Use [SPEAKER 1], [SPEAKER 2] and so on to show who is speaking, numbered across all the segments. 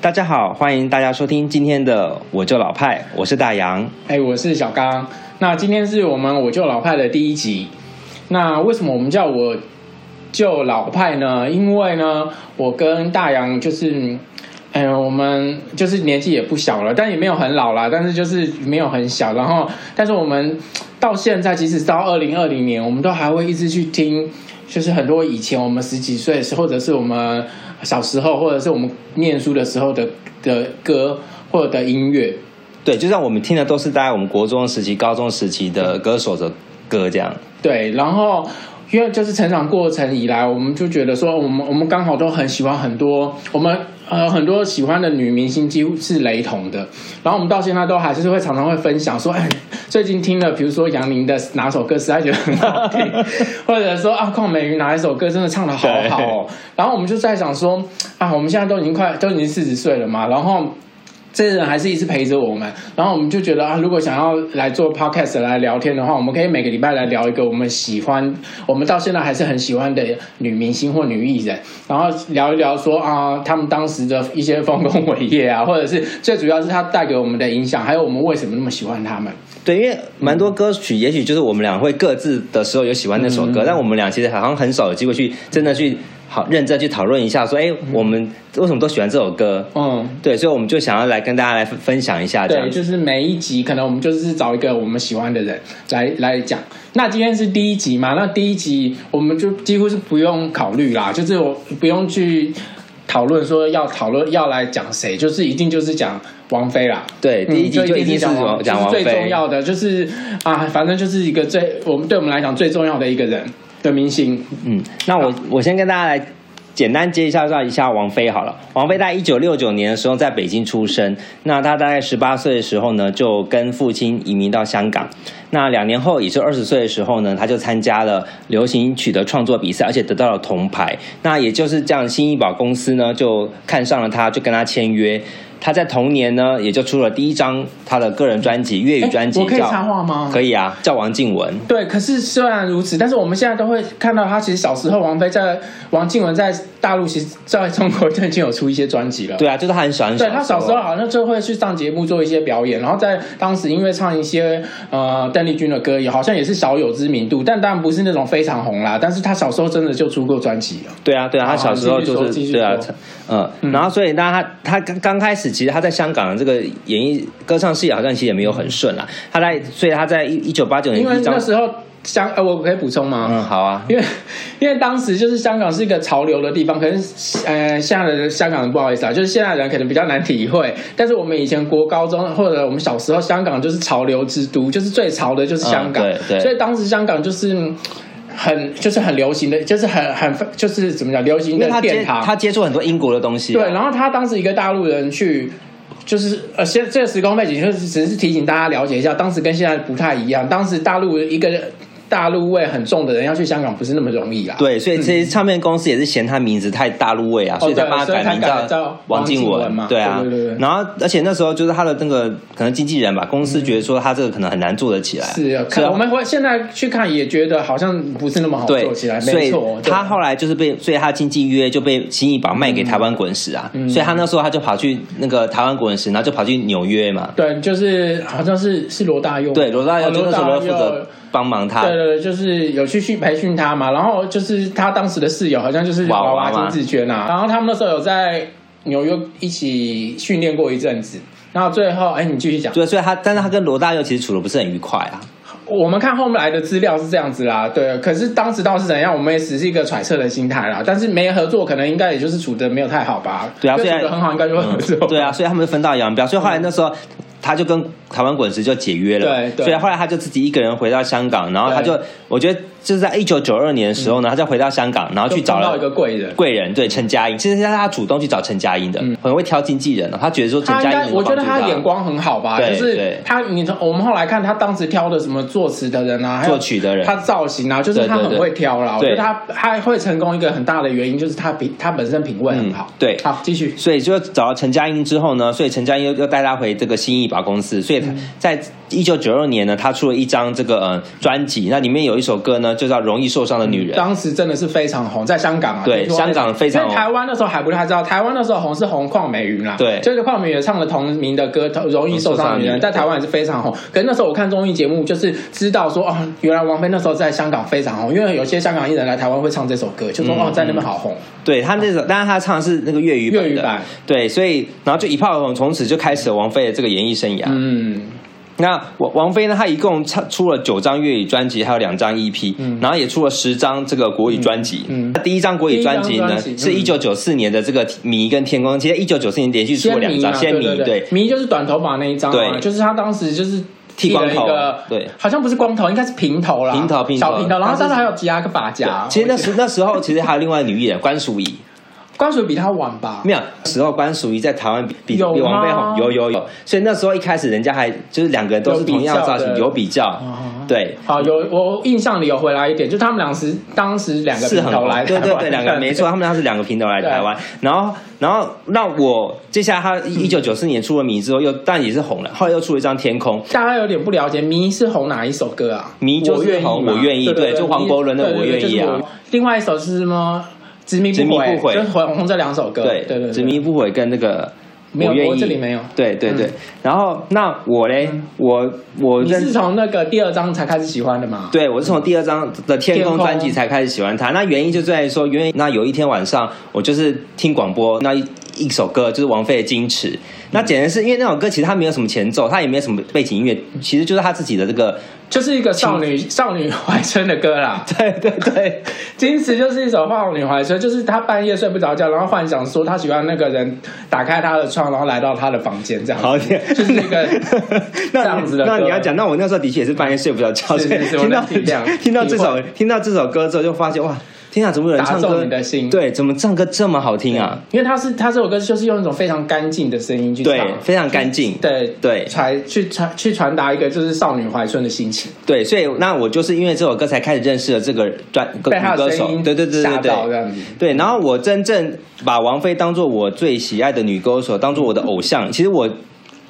[SPEAKER 1] 大家好，欢迎大家收听今天的我就老派，我是大洋。
[SPEAKER 2] 哎、我是小刚。那今天是我们我就老派的第一集。那为什么我们叫我就老派呢？因为呢，我跟大洋就是，哎、我们就是年纪也不小了，但也没有很老啦，但是就是没有很小。然后，但是我们到现在，即使到二零二零年，我们都还会一直去听，就是很多以前我们十几岁的时候，或者是我们小时候，或者是我们念书的时候的的歌或者的音乐。
[SPEAKER 1] 对，就像我们听的都是在我们国中时期、高中时期的歌手的歌这样。
[SPEAKER 2] 对，然后因为就是成长过程以来，我们就觉得说，我们我们刚好都很喜欢很多我们呃很多喜欢的女明星几乎是雷同的，然后我们到现在都还是会常常会分享说，哎，最近听了比如说杨林的哪首歌实在觉得很好听，或者说啊邝美云哪一首歌真的唱的好好哦，然后我们就在想说啊，我们现在都已经快都已经四十岁了嘛，然后。这些人还是一直陪着我们，然后我们就觉得啊，如果想要来做 podcast 来聊天的话，我们可以每个礼拜来聊一个我们喜欢，我们到现在还是很喜欢的女明星或女艺人，然后聊一聊说啊，他们当时的一些丰功伟业啊，或者是最主要是她带给我们的影响，还有我们为什么那么喜欢他们。
[SPEAKER 1] 对，因为蛮多歌曲，也许就是我们俩会各自的时候有喜欢那首歌，但我们俩其实好像很少有机会去真的去好认真去讨论一下说，哎，我们为什么都喜欢这首歌？
[SPEAKER 2] 嗯，
[SPEAKER 1] 对，所以我们就想要来跟大家来分分享一下这样
[SPEAKER 2] 对，。就是每一集可能我们就是找一个我们喜欢的人来来讲。那今天是第一集嘛，那第一集我们就几乎是不用考虑啦，就是我不用去讨论说要讨论要来讲谁，就是一定就是讲王菲啦。
[SPEAKER 1] 对，第一集
[SPEAKER 2] 嗯
[SPEAKER 1] 就一定是
[SPEAKER 2] 讲
[SPEAKER 1] 王讲王
[SPEAKER 2] 就是
[SPEAKER 1] 菲，
[SPEAKER 2] 最重要的就是啊，反正就是一个最我们对我们来讲最重要的一个人的明星。
[SPEAKER 1] 嗯，那我我先跟大家来简单介绍一下王菲好了。王菲在一九六九年的时候在北京出生，那她大概十八岁的时候呢，就跟父亲移民到香港。那两年后，也是二十岁的时候呢，她就参加了流行曲的创作比赛，而且得到了铜牌。那也就是这样，新艺宝公司呢就看上了她，就跟她签约。她在同年呢，也就出了第一张她的个人专辑，粤语
[SPEAKER 2] 诶
[SPEAKER 1] 专辑叫。
[SPEAKER 2] 我可以插话吗？
[SPEAKER 1] 可以啊，叫王静文。
[SPEAKER 2] 对，可是虽然如此，但是我们现在都会看到他，其实小时候王菲在王静雯在大陆，其实在中国就已经有出一些专辑了。
[SPEAKER 1] 对啊，就是她很喜欢。
[SPEAKER 2] 对，他小时候好像就会去上节目做一些表演，然后在当时因为唱一些呃邓丽君的歌，也好像也是小有知名度，但当然不是那种非常红啦。但是他小时候真的就出过专辑了。
[SPEAKER 1] 对啊，对啊，他
[SPEAKER 2] 好
[SPEAKER 1] 小时候就
[SPEAKER 2] 你继
[SPEAKER 1] 是
[SPEAKER 2] 续
[SPEAKER 1] 对
[SPEAKER 2] 说
[SPEAKER 1] 啊
[SPEAKER 2] 继续，
[SPEAKER 1] 嗯，然后所以那他他刚刚开始，其实他在香港的这个演艺歌唱事业好像其实也没有很顺啦。他在，所以他在一一九八九年
[SPEAKER 2] 因为
[SPEAKER 1] 一张
[SPEAKER 2] 那，时候香，呃，我可以补充吗？
[SPEAKER 1] 嗯，好啊，
[SPEAKER 2] 因为因为当时就是香港是一个潮流的地方，可是呃，现在的香港人不好意思啊，就是现在人可能比较难体会。但是我们以前国高中或者我们小时候，香港就是潮流之都，就是最潮的就是香港，
[SPEAKER 1] 嗯对对
[SPEAKER 2] 所以当时香港就是。嗯很就是很流行的，就是很很就是怎么讲，流行
[SPEAKER 1] 因为他
[SPEAKER 2] 的
[SPEAKER 1] 接
[SPEAKER 2] 殿堂。
[SPEAKER 1] 他接触很多英国的东西啊，
[SPEAKER 2] 对，然后他当时一个大陆人去，就是呃，现这个时空背景就是只是提醒大家了解一下，当时跟现在不太一样。当时大陆一个大陆味很重的人要去香港不是那么容易啦。
[SPEAKER 1] 对，所以这些唱片公司也是嫌他名字太大陆味啊，所以才
[SPEAKER 2] 嗯哦对
[SPEAKER 1] 帮他
[SPEAKER 2] 所以
[SPEAKER 1] 改
[SPEAKER 2] 他
[SPEAKER 1] 名
[SPEAKER 2] 改了
[SPEAKER 1] 叫
[SPEAKER 2] 叫
[SPEAKER 1] 王
[SPEAKER 2] 王
[SPEAKER 1] 静
[SPEAKER 2] 静
[SPEAKER 1] 文
[SPEAKER 2] 文嘛
[SPEAKER 1] 对啊
[SPEAKER 2] 对对对，对
[SPEAKER 1] 然后而且那时候就是他的那个可能经纪人吧，公司觉得说他这个可能很难做得起来，
[SPEAKER 2] 嗯是啊，
[SPEAKER 1] 所以
[SPEAKER 2] 看我们会现在去看也觉得好像不是那么好
[SPEAKER 1] 对，
[SPEAKER 2] 做起来，
[SPEAKER 1] 所
[SPEAKER 2] 没
[SPEAKER 1] 以
[SPEAKER 2] 错。对
[SPEAKER 1] 他后来就是被，所以他经纪约就被新艺宝卖给台湾滚石啊，
[SPEAKER 2] 嗯
[SPEAKER 1] 所以他那时候他就跑去那个台湾滚石，然后就跑去纽约嘛。
[SPEAKER 2] 对，就是好像是是罗大佑，
[SPEAKER 1] 对，罗大佑
[SPEAKER 2] 哦
[SPEAKER 1] 就那
[SPEAKER 2] 罗
[SPEAKER 1] 时
[SPEAKER 2] 大
[SPEAKER 1] 候
[SPEAKER 2] 佑
[SPEAKER 1] 负责帮忙他
[SPEAKER 2] 对。对对，就是有去训培训他嘛，然后就是他当时的室友好像就是
[SPEAKER 1] 娃娃
[SPEAKER 2] 娃娃
[SPEAKER 1] 嘛
[SPEAKER 2] 金志娟啊，然后他们那时候有在纽约一起训练过一阵子，然后最后哎，你继续讲，
[SPEAKER 1] 对，所以他，但是他跟罗大佑其实处的不是很愉快啊。
[SPEAKER 2] 我们看后来的资料是这样子啦，对，可是当时到底是怎样，我们也只是一个揣测的心态啦，但是没合作，可能应该也就是处的没有太好吧，
[SPEAKER 1] 对啊
[SPEAKER 2] 就
[SPEAKER 1] 虽然
[SPEAKER 2] 处的很好，应该就会 合作，
[SPEAKER 1] 对啊，所以他们分道扬镳。所以后来那时候，他就跟台湾滚石就解约了。
[SPEAKER 2] 对对
[SPEAKER 1] 所以后来他就自己一个人回到香港，然后他就，我觉得就是在一九九二年的时候呢，他就回到香港，然后
[SPEAKER 2] 就
[SPEAKER 1] 去找
[SPEAKER 2] 碰
[SPEAKER 1] 了
[SPEAKER 2] 到一个贵人。
[SPEAKER 1] 贵人，对陈佳音。其实是他主动去找陈佳音的，很会挑经纪人哦。他觉得说陈
[SPEAKER 2] 嗯他
[SPEAKER 1] 佳
[SPEAKER 2] 应
[SPEAKER 1] 音
[SPEAKER 2] 该，
[SPEAKER 1] 能够
[SPEAKER 2] 我觉得
[SPEAKER 1] 帮助
[SPEAKER 2] 他眼光很好吧，
[SPEAKER 1] 对
[SPEAKER 2] 就是
[SPEAKER 1] 对
[SPEAKER 2] 他，你从我们后来看他当时挑的什么作词的人啊，还有
[SPEAKER 1] 作曲的人
[SPEAKER 2] 他造型啊，就是他
[SPEAKER 1] 对对对
[SPEAKER 2] 很会挑啦。我
[SPEAKER 1] 对
[SPEAKER 2] 觉得他他会成功一个很大的原因就是他品他本身品味很好
[SPEAKER 1] 嗯。对
[SPEAKER 2] 好，继续。
[SPEAKER 1] 所以就找到陈佳音之后呢，所以陈佳音又又带他回这个新艺宝
[SPEAKER 2] 嗯
[SPEAKER 1] 公司，所以他在一九九二年呢，他出了一张这个呃专辑，那里面有一首歌呢呢，就叫《容易受伤的女人》。
[SPEAKER 2] 当时真的是非常红，在香港啊，
[SPEAKER 1] 对
[SPEAKER 2] 听说
[SPEAKER 1] 香港非常红
[SPEAKER 2] 因为台湾那时候还不太知道，台湾那时候红是红邝美云啦，
[SPEAKER 1] 对
[SPEAKER 2] 就是邝美云唱了同名的歌《容易受伤的女人》，在台湾也是非常红。可是那时候我看综艺节目，就是知道说哦，原来王菲那时候在香港非常红，因为有些香港艺人来台湾会唱这首歌，
[SPEAKER 1] 嗯
[SPEAKER 2] 就说哦，在那边好红，
[SPEAKER 1] 对他那首，但是他唱的是那个粤语版的，
[SPEAKER 2] 粤语版
[SPEAKER 1] 对，所以然后就一炮而红，从此就开始了王菲的这个演艺生涯。
[SPEAKER 2] 嗯，
[SPEAKER 1] 那王王菲呢，她一共唱出了九张粤语专辑，还有两张 EP，、然后也出了十张这个国语专辑。
[SPEAKER 2] 嗯嗯嗯
[SPEAKER 1] 那第一张国语专辑
[SPEAKER 2] 第一
[SPEAKER 1] 呢，
[SPEAKER 2] 张专辑嗯
[SPEAKER 1] 是一九九四年的这个《迷》跟《天光》，其实一九九四年连续出了
[SPEAKER 2] 先
[SPEAKER 1] 两
[SPEAKER 2] 迷
[SPEAKER 1] 张
[SPEAKER 2] 嘛，
[SPEAKER 1] 《先迷》
[SPEAKER 2] 啊对对，迷就是短头发那一张嘛，
[SPEAKER 1] 对
[SPEAKER 2] 就是他当时就是。
[SPEAKER 1] 剃光头
[SPEAKER 2] 了一个
[SPEAKER 1] 对
[SPEAKER 2] 好像不是光头，应该是平头啦，
[SPEAKER 1] 平头平头
[SPEAKER 2] 小平头，然后
[SPEAKER 1] 但
[SPEAKER 2] 当
[SPEAKER 1] 是
[SPEAKER 2] 时还有夹个发夹。
[SPEAKER 1] 其实那时那时候其实还有另外一个女艺人关淑怡，
[SPEAKER 2] 关属比他晚吧？
[SPEAKER 1] 没有那时候关淑怡在台湾比比
[SPEAKER 2] 有吗
[SPEAKER 1] 比王菲红，有有有，所以那时候一开始人家还就是两个人都是同样的造型，有
[SPEAKER 2] 有
[SPEAKER 1] 比较，
[SPEAKER 2] 哦
[SPEAKER 1] 对，
[SPEAKER 2] 好，有我印象里有回来一点，就他们两时当时两个
[SPEAKER 1] 是
[SPEAKER 2] 平
[SPEAKER 1] 很
[SPEAKER 2] 头来
[SPEAKER 1] 对
[SPEAKER 2] 台
[SPEAKER 1] 对
[SPEAKER 2] 湾
[SPEAKER 1] 对，两个没错，。他们他是两个平头来
[SPEAKER 2] 对嗯
[SPEAKER 1] 台湾，然后然后那我接下来他一九九四年出了名之后又但也是红了，后来又出了一张天空。
[SPEAKER 2] 大家有点不了解，迷是红哪一首歌啊？
[SPEAKER 1] 迷就是红
[SPEAKER 2] 嘛
[SPEAKER 1] 我愿意
[SPEAKER 2] 对
[SPEAKER 1] 对就黄国伦的
[SPEAKER 2] 对对对
[SPEAKER 1] 我愿意啊
[SPEAKER 2] 就是我另外一首是什么？执迷
[SPEAKER 1] 执迷不悔
[SPEAKER 2] 就是红红这两首歌。
[SPEAKER 1] 对
[SPEAKER 2] 对对，
[SPEAKER 1] 执迷不悔跟那个
[SPEAKER 2] 没有
[SPEAKER 1] 我愿
[SPEAKER 2] 我
[SPEAKER 1] 意
[SPEAKER 2] 这里没有
[SPEAKER 1] 对对对
[SPEAKER 2] 嗯。
[SPEAKER 1] 然后那我嘞，我我
[SPEAKER 2] 你
[SPEAKER 1] 认
[SPEAKER 2] 是从那个第二章才开始喜欢的嘛？
[SPEAKER 1] 对，我是从第二张的《天空
[SPEAKER 2] 天》空
[SPEAKER 1] 专辑才开始喜欢他。那原因就在于说，因为那有一天晚上，我就是听广播那一一首歌，就是王菲的《矜持》。那
[SPEAKER 2] 嗯
[SPEAKER 1] 简直是因为那首歌其实它没有什么前奏，它也没有什么背景音乐，其实就是他自己的这个。
[SPEAKER 2] 就是一个少女少女怀春的歌啦。
[SPEAKER 1] 对对对，
[SPEAKER 2] 金石就是一首少女怀春，就是她半夜睡不着觉，然后幻想说她喜欢那个人，打开她的窗，然后来到她的房间这样子。
[SPEAKER 1] 好点，
[SPEAKER 2] 就是那个
[SPEAKER 1] 那
[SPEAKER 2] 这样子的歌
[SPEAKER 1] 那你要讲，那我那时候的确也是半夜睡不着觉，
[SPEAKER 2] 是
[SPEAKER 1] 所以
[SPEAKER 2] 是是
[SPEAKER 1] 听到
[SPEAKER 2] 我能体谅
[SPEAKER 1] 听到这
[SPEAKER 2] 体
[SPEAKER 1] 首听到这首歌之后，就发现哇，天啊，怎么有人
[SPEAKER 2] 打
[SPEAKER 1] 唱
[SPEAKER 2] 中
[SPEAKER 1] 歌
[SPEAKER 2] 你的心
[SPEAKER 1] 对，怎么唱歌这么好听啊？
[SPEAKER 2] 因为他是他这首歌就是用一种非常干净的声音去唱
[SPEAKER 1] 对，，非常干净。
[SPEAKER 2] 对
[SPEAKER 1] 对
[SPEAKER 2] 传去传去传达一个就是少女怀春的心情，
[SPEAKER 1] 对，所以那我就是因为这首歌才开始认识了这个专歌
[SPEAKER 2] 被他
[SPEAKER 1] 歌
[SPEAKER 2] 的
[SPEAKER 1] 手
[SPEAKER 2] 声，音
[SPEAKER 1] 对对嗯对对
[SPEAKER 2] 吓到这
[SPEAKER 1] 对。
[SPEAKER 2] 样子。
[SPEAKER 1] 对，然后我真正把王菲当做我最喜爱的女歌手，当做我的偶
[SPEAKER 2] 嗯
[SPEAKER 1] 像。其实我，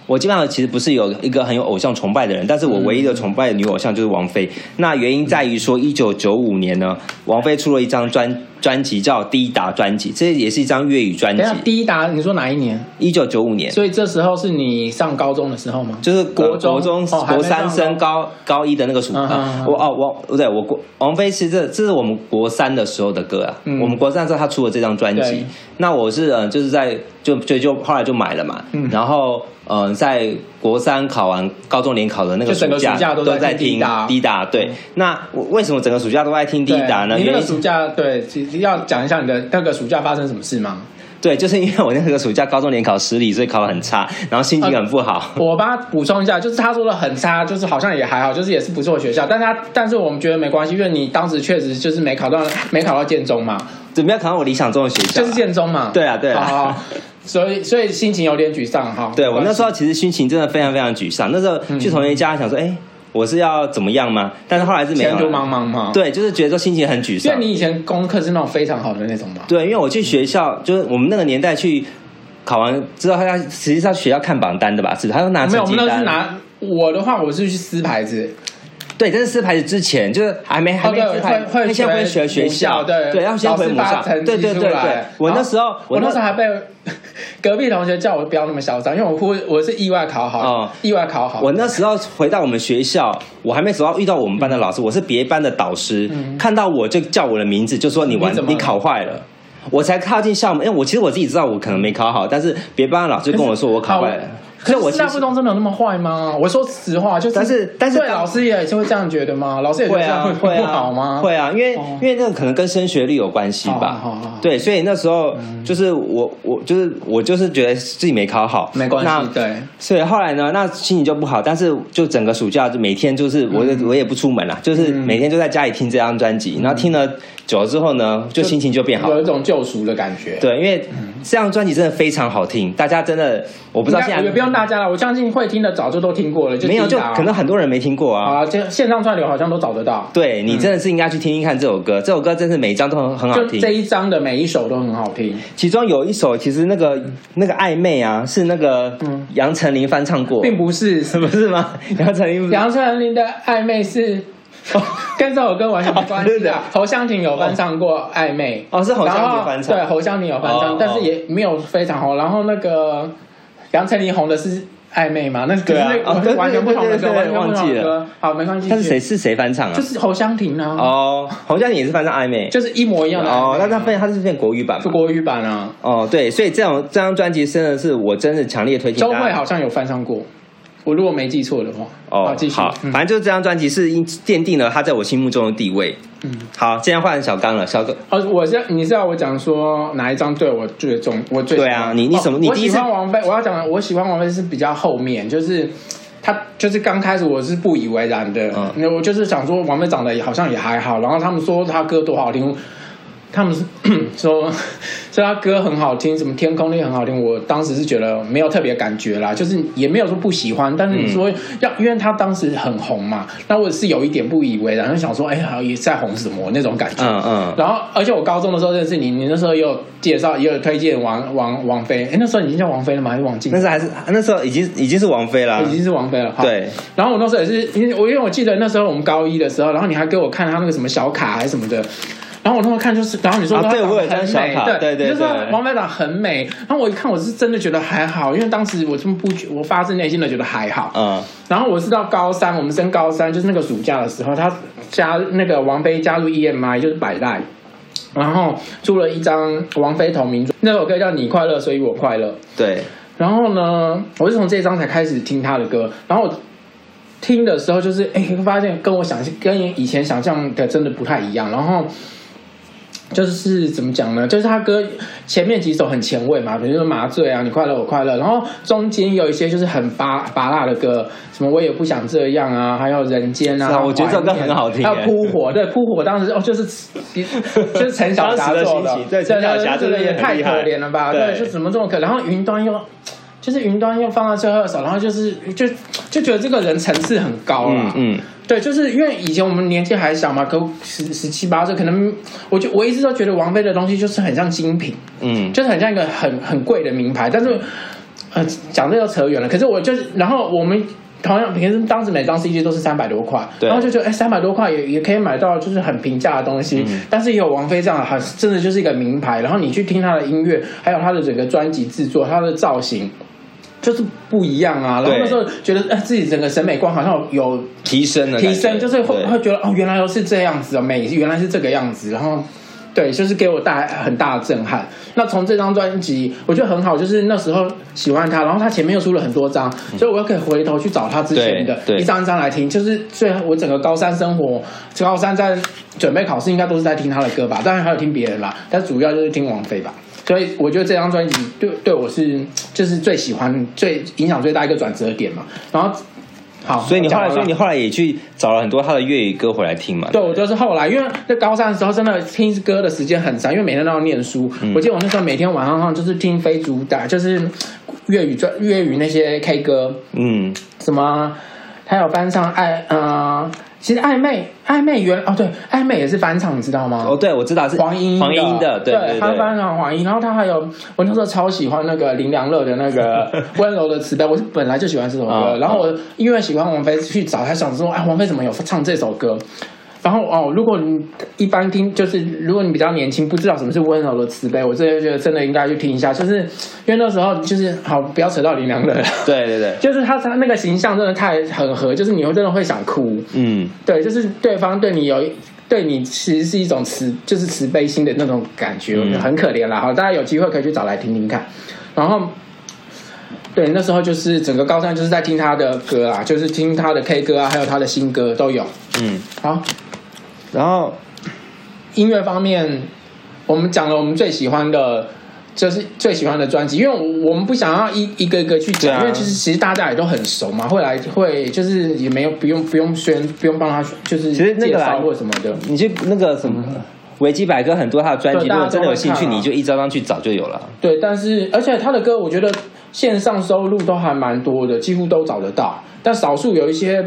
[SPEAKER 1] 我基本上其实不是有一个很有偶像崇拜的人，但是我唯一的崇拜的女偶像就是王菲。那原因在于说，一九九五年呢，王菲出了一张专专辑叫《滴答》专辑，这也是一张粤语专辑
[SPEAKER 2] 等一。下，第一答你说哪一年？
[SPEAKER 1] 一九九五年，
[SPEAKER 2] 所以这时候是你上高中的时候吗？
[SPEAKER 1] 就是国
[SPEAKER 2] 国中
[SPEAKER 1] 呃国中、
[SPEAKER 2] 哦还
[SPEAKER 1] 国
[SPEAKER 2] 没上
[SPEAKER 1] 三升高高一的那个暑假，
[SPEAKER 2] 嗯嗯嗯
[SPEAKER 1] 我哦我不对，我国王菲是这这是我们国三的时候的歌啊，
[SPEAKER 2] 嗯
[SPEAKER 1] 我们国三的时候她出了这张专辑
[SPEAKER 2] 对，
[SPEAKER 1] 那我是嗯就是在就就就后来就买了嘛，
[SPEAKER 2] 嗯
[SPEAKER 1] 然后嗯、呃在国三考完高中联考的那个
[SPEAKER 2] 就
[SPEAKER 1] 暑
[SPEAKER 2] 整个
[SPEAKER 1] 假
[SPEAKER 2] 暑假都在
[SPEAKER 1] 都在
[SPEAKER 2] 听
[SPEAKER 1] 听
[SPEAKER 2] 滴答
[SPEAKER 1] 滴答，对，那我为什么整个暑假都在听滴
[SPEAKER 2] 对
[SPEAKER 1] 答呢？
[SPEAKER 2] 你那
[SPEAKER 1] 原
[SPEAKER 2] 个
[SPEAKER 1] 因是
[SPEAKER 2] 暑假对，其实要讲一下你的那个暑假发生什么事吗？
[SPEAKER 1] 对，就是因为我那个暑假高中联考失利，所以考得很差，然后心情很不好。
[SPEAKER 2] 我帮他补充一下，就是他说的很差，就是好像也还好，就是也是不错的学校，但他但是我们觉得没关系，因为你当时确实就是没考到 没考到建中嘛，
[SPEAKER 1] 怎么样考上我理想中的学校啊？
[SPEAKER 2] 就是建中嘛，
[SPEAKER 1] 对啊对啊
[SPEAKER 2] 好好好所以所以心情有点沮丧哈。
[SPEAKER 1] 对我那时
[SPEAKER 2] 候
[SPEAKER 1] 候其实心情真的非常非常沮丧。那时候
[SPEAKER 2] 嗯
[SPEAKER 1] 去同学家想说，哎、我是要怎么样吗？但是后来是没有
[SPEAKER 2] 前途
[SPEAKER 1] 了。
[SPEAKER 2] 茫茫嘛，，
[SPEAKER 1] 对，就是觉得说心情很沮
[SPEAKER 2] 因
[SPEAKER 1] 丧
[SPEAKER 2] 为。你以前功课是那种非常好的那种嘛，
[SPEAKER 1] 对，因为我去学校，就是我们那个年代去考完之后，他实际上学校看榜单的吧？是不是？他都拿
[SPEAKER 2] 没
[SPEAKER 1] 成
[SPEAKER 2] 有，我
[SPEAKER 1] 绩
[SPEAKER 2] 们那
[SPEAKER 1] 单。
[SPEAKER 2] 是拿我的话，我是去撕牌子，
[SPEAKER 1] 对，这是撕牌子之前，就是还没还没
[SPEAKER 2] 哦对
[SPEAKER 1] 撕牌子，
[SPEAKER 2] 会会
[SPEAKER 1] 那先回
[SPEAKER 2] 回
[SPEAKER 1] 学学
[SPEAKER 2] 母校对
[SPEAKER 1] 对，要先
[SPEAKER 2] 老师
[SPEAKER 1] 回母
[SPEAKER 2] 发
[SPEAKER 1] 校，
[SPEAKER 2] 成绩
[SPEAKER 1] 对对对
[SPEAKER 2] 出
[SPEAKER 1] 对
[SPEAKER 2] 来。
[SPEAKER 1] 我那
[SPEAKER 2] 然后
[SPEAKER 1] 时候，
[SPEAKER 2] 我那时
[SPEAKER 1] 候
[SPEAKER 2] 候还被 隔壁同学叫我不要那么嚣张，因为我忽我是意外考好，
[SPEAKER 1] 哦
[SPEAKER 2] 意外考好，
[SPEAKER 1] 我那时候回到我们学校，我还没走到遇到我们班的老
[SPEAKER 2] 嗯
[SPEAKER 1] 师，我是别班的导师，看到我就叫我的名字，就说你玩
[SPEAKER 2] 你怎么
[SPEAKER 1] 你
[SPEAKER 2] 了
[SPEAKER 1] 考坏了。我才靠近校门，因为我其实我自己知道我可能没考好，但是别班的老师跟我说我考坏了，所
[SPEAKER 2] 嗯可
[SPEAKER 1] 以我其实
[SPEAKER 2] 是大附中真的有那么坏吗？我说实话，就是
[SPEAKER 1] 但是但是
[SPEAKER 2] 对
[SPEAKER 1] 当
[SPEAKER 2] 老师也是会这样觉得吗？老师也觉
[SPEAKER 1] 会
[SPEAKER 2] 得这
[SPEAKER 1] 啊
[SPEAKER 2] 样
[SPEAKER 1] 会
[SPEAKER 2] 不
[SPEAKER 1] 啊
[SPEAKER 2] 好吗？
[SPEAKER 1] 会啊，因为
[SPEAKER 2] 哦
[SPEAKER 1] 因为那个可能跟升学率有关系吧
[SPEAKER 2] 哦哦哦哦。
[SPEAKER 1] 对，所以那时候
[SPEAKER 2] 嗯
[SPEAKER 1] 就是我我就是我就是觉得自己没考好，
[SPEAKER 2] 没关
[SPEAKER 1] 那
[SPEAKER 2] 系，对，
[SPEAKER 1] 所以后来呢，那心情就不好，但是就整个暑假就每天就是我
[SPEAKER 2] 嗯
[SPEAKER 1] 也、我也不出门了，就是每天就在家里听这张专辑，然后听了久了之后呢，就心情就变好了。
[SPEAKER 2] 有一嗯种救赎的感觉。
[SPEAKER 1] 对，因为这张专辑真的非常好听，大家真的我不
[SPEAKER 2] 不
[SPEAKER 1] 知道现
[SPEAKER 2] 也
[SPEAKER 1] 在
[SPEAKER 2] 不用大家了，我相信会听的早就都听过了，就
[SPEAKER 1] 没有，
[SPEAKER 2] 自
[SPEAKER 1] 就
[SPEAKER 2] 己打
[SPEAKER 1] 可能很多人没听过啊。
[SPEAKER 2] 啊，嗯这线上串流好像都找得到。
[SPEAKER 1] 对你真的是应该去听听看这首歌，这首歌真是每一张都很很好
[SPEAKER 2] 就
[SPEAKER 1] 啊听。
[SPEAKER 2] 这一张的每一首都很好听，
[SPEAKER 1] 其中有一首其实那个那个暧昧啊，是那个
[SPEAKER 2] 嗯
[SPEAKER 1] 杨 丞琳翻唱过，
[SPEAKER 2] 并不是
[SPEAKER 1] 不是吗？杨丞琳
[SPEAKER 2] 杨丞琳的暧昧是跟这首歌完全没 关
[SPEAKER 1] 哦真
[SPEAKER 2] 系
[SPEAKER 1] 的
[SPEAKER 2] 啊。侯湘婷有翻唱过《暧昧》，
[SPEAKER 1] 哦，是侯湘婷翻唱
[SPEAKER 2] 然后对，侯湘婷有翻
[SPEAKER 1] 哦
[SPEAKER 2] 唱，但
[SPEAKER 1] 哦
[SPEAKER 2] 是也没有非常红。然后那个杨丞琳红的是《暧昧》嘛，那可
[SPEAKER 1] 对啊
[SPEAKER 2] 是
[SPEAKER 1] 哦对
[SPEAKER 2] 完全不同的
[SPEAKER 1] 对对对
[SPEAKER 2] 歌，完全不
[SPEAKER 1] 忘记
[SPEAKER 2] 同的
[SPEAKER 1] 了
[SPEAKER 2] 歌。好，没关系。
[SPEAKER 1] 他是谁？是谁翻唱啊
[SPEAKER 2] 就？是侯湘婷啊，
[SPEAKER 1] 哦，侯湘婷也是翻唱暧昧。
[SPEAKER 2] 就是一模一样的。啊
[SPEAKER 1] 哦，那他变他是变国语版
[SPEAKER 2] 是
[SPEAKER 1] 吧？
[SPEAKER 2] 国语版啊。
[SPEAKER 1] 哦，对，所以这种这张专辑真的是我真的强烈推荐
[SPEAKER 2] 周
[SPEAKER 1] 大
[SPEAKER 2] 慧
[SPEAKER 1] 家。
[SPEAKER 2] 好像有翻唱过，我如果没记错的话。
[SPEAKER 1] 哦
[SPEAKER 2] 好，继续。
[SPEAKER 1] 好，
[SPEAKER 2] 嗯
[SPEAKER 1] 反正就是这张专辑是因奠定了他在我心目中的地位。
[SPEAKER 2] 嗯，
[SPEAKER 1] 好，现在换小刚了，小刚
[SPEAKER 2] 哦，我是你知道我讲说哪一张对我最重，我最
[SPEAKER 1] 对啊
[SPEAKER 2] 喜欢
[SPEAKER 1] 你你什么
[SPEAKER 2] 哦
[SPEAKER 1] 你
[SPEAKER 2] 我
[SPEAKER 1] 第一
[SPEAKER 2] 喜
[SPEAKER 1] 次
[SPEAKER 2] 欢王菲，我要讲的我喜欢王菲是比较后面，就是她就是刚开始我是不以为然的
[SPEAKER 1] 嗯，
[SPEAKER 2] 那、我就是想说王菲长得也好像也还好，然后他们说她歌多好听，他们是 说说她歌很好听，什么天空绿很好听，我当时是觉得没有特别感觉啦，就是也没有说不喜欢，但是你
[SPEAKER 1] 嗯
[SPEAKER 2] 说要、因为她当时很红嘛，那我是有一点不以为然，就想说哎，好像也在红什么那种感觉，
[SPEAKER 1] 嗯嗯，
[SPEAKER 2] 然后，而且我高中的时候认识你，你那时候也有介绍，也有推荐王王王菲。哎，那时候已经叫王菲了吗？还是王静
[SPEAKER 1] 那？时候还是那时候已经已经是王菲啦
[SPEAKER 2] 已。经是王菲了。好。
[SPEAKER 1] 对，
[SPEAKER 2] 然后我那时候也是，因为我因为我记得那时候我们高一的时候，然后你还给我看他那个什么小卡还是什么的。然后我那时候看就是，然后你说
[SPEAKER 1] 啊
[SPEAKER 2] 她
[SPEAKER 1] 对
[SPEAKER 2] 长
[SPEAKER 1] 我
[SPEAKER 2] 得
[SPEAKER 1] 有张
[SPEAKER 2] 很
[SPEAKER 1] 小
[SPEAKER 2] 美
[SPEAKER 1] 卡对对
[SPEAKER 2] 你就说
[SPEAKER 1] 对
[SPEAKER 2] 王菲长得很美。然后我一看，我是真的觉得还好，因为当时我这么不觉，我发自内心的觉得还好。
[SPEAKER 1] 嗯，
[SPEAKER 2] 然后我是到高三，我们升高三就是那个暑假的时候，他加那个王菲加入 EMI 就是百代，然后出了一张王菲同名专，那首歌叫《你快乐所以我快乐》。
[SPEAKER 1] 对，
[SPEAKER 2] 然后呢，我是从这张才开始听她的歌，然后我听的时候就是哎，发现跟我想象跟以前想象的真的不太一样，然后。就是怎么讲呢？就是他歌前面几首很前卫嘛，比如说麻醉啊，你快乐我快乐，然后中间有一些就是很拔拔辣的歌，什么我也不想这样啊，还有人间
[SPEAKER 1] 是
[SPEAKER 2] 啊，
[SPEAKER 1] 啊我觉得这首歌很好听
[SPEAKER 2] 还
[SPEAKER 1] 欸
[SPEAKER 2] 有扑火，对扑火当时哦就是就是陈小霞
[SPEAKER 1] 当时
[SPEAKER 2] 做
[SPEAKER 1] 的
[SPEAKER 2] 的
[SPEAKER 1] 心情，对陈小霞
[SPEAKER 2] 这
[SPEAKER 1] 真的
[SPEAKER 2] 个
[SPEAKER 1] 也
[SPEAKER 2] 也
[SPEAKER 1] 很
[SPEAKER 2] 太
[SPEAKER 1] 厉
[SPEAKER 2] 可
[SPEAKER 1] 害
[SPEAKER 2] 怜了吧？
[SPEAKER 1] 对
[SPEAKER 2] 对，就怎么这么可怜？然后云端又就是云端又放到最后一首，然后就是就就觉得这个人层次很高了。
[SPEAKER 1] 嗯嗯，
[SPEAKER 2] 对，就是因为以前我们年纪还小嘛，可十十七八岁，可能我就我一直都觉得王菲的东西就是很像精品，
[SPEAKER 1] 嗯，
[SPEAKER 2] 就是很像一个很很贵的名牌，但是呃讲这又扯远了。可是我就是，然后我们同样平时当时每张 CD 都是三百多块，
[SPEAKER 1] 对
[SPEAKER 2] 然后就觉得哎三百多块也也可以买到就是很平价的东西，但是也有王菲这样的，很真的就是一个名牌。然后你去听她的音乐，还有她的整个专辑制作，她的造型。就是不一样啊，然后
[SPEAKER 1] 对
[SPEAKER 2] 那时候觉得，哎、自己整个审美观好像有
[SPEAKER 1] 提升了感觉，
[SPEAKER 2] 提升，就是会
[SPEAKER 1] 对
[SPEAKER 2] 会觉得哦，原来是这样子哦，美原来是这个样子，然后对，就是给我带来很大的震撼。那从这张专辑，我觉得很好，就是那时候喜欢他，然后他前面又出了很多张，所以我又可以回头去找他之前的
[SPEAKER 1] 对对
[SPEAKER 2] 一张一张来听。就是最后我整个高三生活，高三在准备考试，应该都是在听他的歌吧，当然还有听别人啦，但主要就是听王菲吧。所以我觉得这张专辑对对我是就是最喜欢、最影响最大一个转折点嘛。然后好，
[SPEAKER 1] 所以你后来，
[SPEAKER 2] 讲完了
[SPEAKER 1] 所以你后来也去找了很多他的粤语歌回来听嘛？
[SPEAKER 2] 对，我就是后来，因为在高三的时候，真的听歌的时间很长，因为每天都要念书。我记得我那时候每天晚上就是听非主打，就是粤语专粤语那些 K 歌，
[SPEAKER 1] 嗯，
[SPEAKER 2] 什么还有翻唱爱呃，其实暧昧暧昧原哦对，暧昧也是翻唱，你知道吗？
[SPEAKER 1] 哦，对，我知道是
[SPEAKER 2] 黄莺
[SPEAKER 1] 黄莺的，
[SPEAKER 2] 对
[SPEAKER 1] 对
[SPEAKER 2] 他翻
[SPEAKER 1] 对，
[SPEAKER 2] 唱黄莺，然后他还有我那时候超喜欢那个林良乐的那个温柔的慈悲，我是本来就喜欢这首歌，
[SPEAKER 1] 啊
[SPEAKER 2] 然后我因为喜欢王菲去找他，想说啊，王菲怎么有唱这首歌？然后哦，如果你一般听，就是如果你比较年轻，不知道什么是温柔的慈悲，我真的觉得真的应该去听一下，就是 因为那时候就是好，不要扯到林良乐了，
[SPEAKER 1] 对对对，
[SPEAKER 2] 就是他他那个形象真的太很合，就是你会真的会想哭，
[SPEAKER 1] 嗯，
[SPEAKER 2] 对，就是对方对你有一对你其实是一种慈，就是慈悲心的那种感觉，
[SPEAKER 1] 嗯
[SPEAKER 2] 很可怜啦。好，大家有机会可以去找来听听看。然后，对，那时候就是整个高三就是在听他的歌啦，就是听他的 K 歌啊，还有他的新歌都有。
[SPEAKER 1] 嗯，
[SPEAKER 2] 好，
[SPEAKER 1] 然后
[SPEAKER 2] 音乐方面，我们讲了我们最喜欢的。就是最喜欢的专辑，因为我我们不想要一一个一个去
[SPEAKER 1] 对
[SPEAKER 2] 讲，
[SPEAKER 1] 啊
[SPEAKER 2] 因为其实其实大家也都很熟嘛，会来会就是也没有不用不用宣不用帮他就是
[SPEAKER 1] 其实那
[SPEAKER 2] 介
[SPEAKER 1] 个啦
[SPEAKER 2] 绍或什么的，
[SPEAKER 1] 你去那个什么维基百科很多他的专辑，如
[SPEAKER 2] 对大家
[SPEAKER 1] 果真的有
[SPEAKER 2] 都会
[SPEAKER 1] 兴
[SPEAKER 2] 看啊
[SPEAKER 1] 趣，你就一张张去找就有了。
[SPEAKER 2] 对，但是而且他的歌，我觉得线上收入都还蛮多的，几乎都找得到。但少数有一些，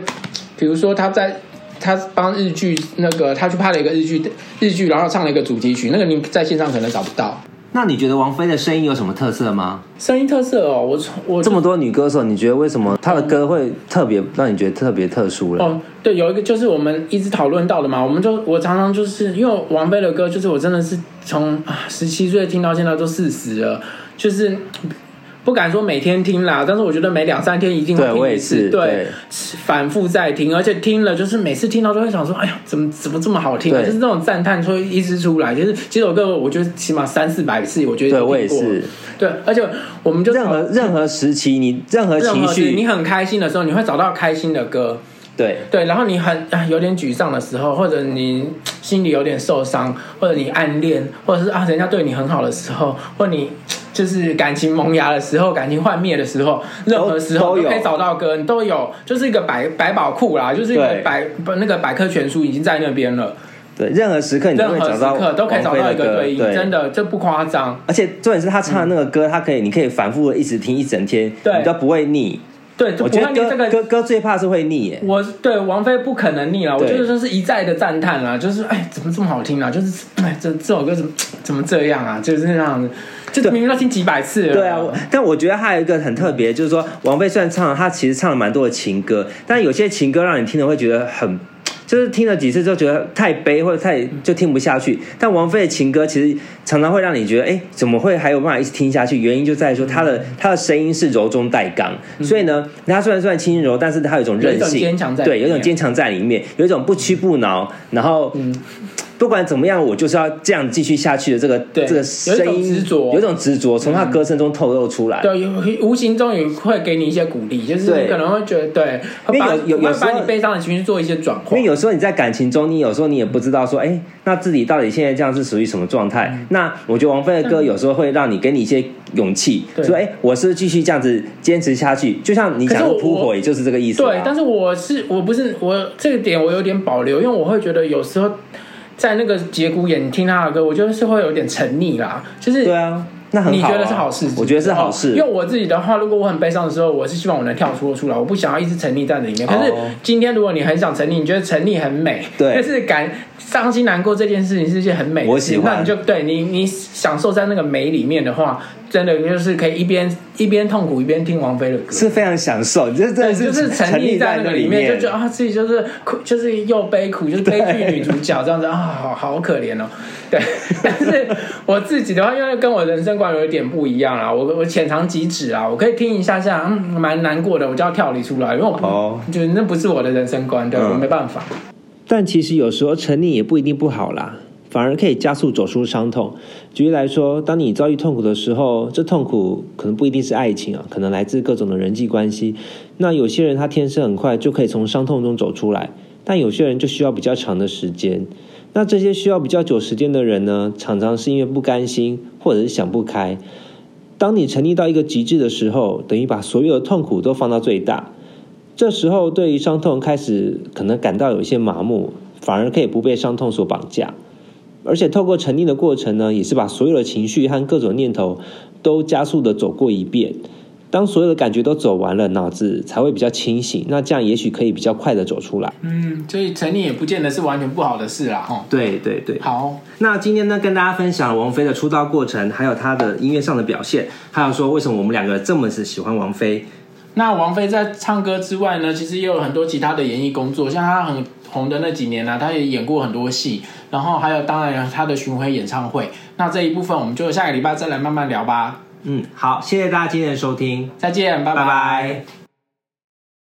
[SPEAKER 2] 比如说他在他帮日剧那个，他去拍了一个日剧日剧，然后唱了一个主题曲，那个你在线上可能找不到。
[SPEAKER 1] 那你觉得王菲的声音有什么特色吗？
[SPEAKER 2] 声音特色哦，我从我
[SPEAKER 1] 这么多女歌手，你觉得为什么她的歌会特别让你觉得特别特殊了？
[SPEAKER 2] 哦，对，有一个就是我们一直讨论到的嘛，我们就我常常就是因为王菲的歌，就是我真的是从啊十七岁听到现在都四十了，就是不敢说每天听啦，但是我觉得每两三天一定会
[SPEAKER 1] 对我
[SPEAKER 2] 听一
[SPEAKER 1] 也
[SPEAKER 2] 次，
[SPEAKER 1] 是对
[SPEAKER 2] 反复在听，而且听了就是每次听到都会想说，哎呀，怎么怎么这么好听啊，
[SPEAKER 1] 对
[SPEAKER 2] 就是这种赞叹会一直出来，就是这首歌我觉得起码三四百次，我觉得
[SPEAKER 1] 对
[SPEAKER 2] 都
[SPEAKER 1] 我
[SPEAKER 2] 听
[SPEAKER 1] 也
[SPEAKER 2] 过
[SPEAKER 1] 是，
[SPEAKER 2] 对，而且我们就
[SPEAKER 1] 任何任何时期，你任何
[SPEAKER 2] 任
[SPEAKER 1] 情
[SPEAKER 2] 何事你
[SPEAKER 1] 绪，
[SPEAKER 2] 很开心的时候，你会找到开心的歌。
[SPEAKER 1] 对
[SPEAKER 2] 对，然后你很啊有点沮丧的时候，或者你心里有点受伤，或者你暗恋，或者是啊人家对你很好的时候，或你就是感情萌芽的时候，感情幻灭的时候，任何时候
[SPEAKER 1] 都有
[SPEAKER 2] 可以找到歌，你都有，就是一个百百宝库啦，就是一个
[SPEAKER 1] 对
[SPEAKER 2] 百不那个百科全书已经在那边了，
[SPEAKER 1] 对，任何时刻你都
[SPEAKER 2] 任
[SPEAKER 1] 会
[SPEAKER 2] 何
[SPEAKER 1] 找
[SPEAKER 2] 时
[SPEAKER 1] 到
[SPEAKER 2] 刻都
[SPEAKER 1] 王
[SPEAKER 2] 可以找
[SPEAKER 1] 菲
[SPEAKER 2] 到
[SPEAKER 1] 的
[SPEAKER 2] 一个
[SPEAKER 1] 歌，
[SPEAKER 2] 对应，真
[SPEAKER 1] 对。
[SPEAKER 2] 的这不夸张。
[SPEAKER 1] 而且重点是她唱的那个歌，她可以，你可以反复的一直听一整天，
[SPEAKER 2] 对
[SPEAKER 1] 你都不会腻。
[SPEAKER 2] 对，就
[SPEAKER 1] 我
[SPEAKER 2] 不
[SPEAKER 1] 觉
[SPEAKER 2] 会
[SPEAKER 1] 得
[SPEAKER 2] 你这
[SPEAKER 1] 歌
[SPEAKER 2] 个
[SPEAKER 1] 歌歌最怕是会腻耶。
[SPEAKER 2] 我对王菲不可能腻了，我
[SPEAKER 1] 对
[SPEAKER 2] 觉得就是一再的赞叹啦，就是哎，怎么这么好听啊？就是哎，这这首歌怎么怎么这样啊？就是那样子，就是
[SPEAKER 1] 对
[SPEAKER 2] 明明都听几百次了。
[SPEAKER 1] 对啊，我但我觉得还有一个很特别，就是说王菲虽然唱，她其实唱了蛮多的情歌，但有些情歌让你听了会觉得很，就是听了几次就觉得太悲或者太就听不下去。但王菲的情歌其实常常会让你觉得，哎，怎么会还有办法一直听下去？原因就在于说她
[SPEAKER 2] 嗯
[SPEAKER 1] 的她的声音是柔中带刚，所以呢，她虽然算轻柔，但是她有一种韧
[SPEAKER 2] 有一种
[SPEAKER 1] 性，
[SPEAKER 2] 坚强在里
[SPEAKER 1] 对，有一种
[SPEAKER 2] 面嗯
[SPEAKER 1] 坚强在里面，有一种不屈不挠，然后。不管怎么样，我就是要这样继续下去的。这个
[SPEAKER 2] 对
[SPEAKER 1] 这个
[SPEAKER 2] 有一种
[SPEAKER 1] 声音
[SPEAKER 2] 执着
[SPEAKER 1] 有一种执着，从他歌声中透露出来。
[SPEAKER 2] 对，啊有无形中也会给你一些鼓励，就是
[SPEAKER 1] 对
[SPEAKER 2] 你可能会觉得对，会
[SPEAKER 1] 因为
[SPEAKER 2] 把
[SPEAKER 1] 有有
[SPEAKER 2] 会
[SPEAKER 1] 有时
[SPEAKER 2] 把
[SPEAKER 1] 候
[SPEAKER 2] 你悲伤的情绪做一些转化
[SPEAKER 1] 因为。有时候你在感情中，你有时候你也不知道说，哎，那自己到底现在这样是属于什么状态？
[SPEAKER 2] 嗯
[SPEAKER 1] 那我觉得王菲的歌有时候会让你给你一些勇气，
[SPEAKER 2] 对
[SPEAKER 1] 说，哎，我是继续这样子坚持下去。就像你
[SPEAKER 2] 可是
[SPEAKER 1] 讲的
[SPEAKER 2] 我
[SPEAKER 1] 扑火，也就是这个意思、啊。
[SPEAKER 2] 对，但是我是我不是我这个点我有点保留，因为我会觉得有时候在那个节骨眼听他的歌，我觉得是会有点沉溺啦，就是
[SPEAKER 1] 对啊，那很好、啊，
[SPEAKER 2] 你觉得是好事？
[SPEAKER 1] 我觉得是好事。
[SPEAKER 2] 因为我自己的话，如果我很悲伤的时候，我是希望我能跳脱出来，我不想要一直沉溺在里面。可是
[SPEAKER 1] 哦
[SPEAKER 2] 今天，如果你很想沉溺，你觉得沉溺很美，
[SPEAKER 1] 对
[SPEAKER 2] 就是感伤心难过这件事情是一件很美的
[SPEAKER 1] 我
[SPEAKER 2] 事
[SPEAKER 1] 喜
[SPEAKER 2] 情，
[SPEAKER 1] 欢
[SPEAKER 2] 那你就对你你享受在那个美里面的话，真的就是可以一边一边痛苦一边听王菲的歌。
[SPEAKER 1] 是非常享受，这真的
[SPEAKER 2] 对，就是
[SPEAKER 1] 沉
[SPEAKER 2] 沉
[SPEAKER 1] 溺
[SPEAKER 2] 溺在那
[SPEAKER 1] 那
[SPEAKER 2] 个
[SPEAKER 1] 里
[SPEAKER 2] 里面，就觉得啊，自己就是哭，就是又悲苦，就是悲剧女主角这样子啊，好好可怜哦。对，但是我自己的话，因为跟我人生观有一点不一样啦，我我浅尝即止啊，我可以听一下下，嗯，蛮难过的，我就要跳离出来，因为我不，
[SPEAKER 1] 哦
[SPEAKER 2] 就是那不是我的人生观，对、
[SPEAKER 1] 嗯
[SPEAKER 2] 我没办法。
[SPEAKER 1] 但其实有时候沉溺也不一定不好啦，反而可以加速走出伤痛。举例来说，当你遭遇痛苦的时候，这痛苦可能不一定是爱情啊，可能来自各种的人际关系。那有些人他天生很快就可以从伤痛中走出来，但有些人就需要比较长的时间。那这些需要比较久时间的人呢，常常是因为不甘心或者是想不开。当你沉溺到一个极致的时候，等于把所有的痛苦都放到最大，这时候对于伤痛开始可能感到有一些麻木，反而可以不被伤痛所绑架。而且透过沉溺的过程呢，也是把所有的情绪和各种念头都加速的走过一遍。当所有的感觉都走完了，脑子才会比较清醒。那这样也许可以比较快的走出来。
[SPEAKER 2] 嗯，所以沉溺也不见得是完全不好的事啦，哈。
[SPEAKER 1] 对对对。
[SPEAKER 2] 好，
[SPEAKER 1] 那今天呢，跟大家分享王菲的出道过程，还有她的音乐上的表现，还有说为什么我们两个这么是喜欢王菲。
[SPEAKER 2] 那王菲在唱歌之外呢，其实也有很多其他的演艺工作，像她很红的那几年呢、啊她也演过很多戏，然后还有当然她的巡回演唱会。那这一部分我们就下个礼拜再来慢慢聊吧，
[SPEAKER 1] 嗯，好，谢谢大家今天的收听，
[SPEAKER 2] 再见，拜
[SPEAKER 1] 拜拜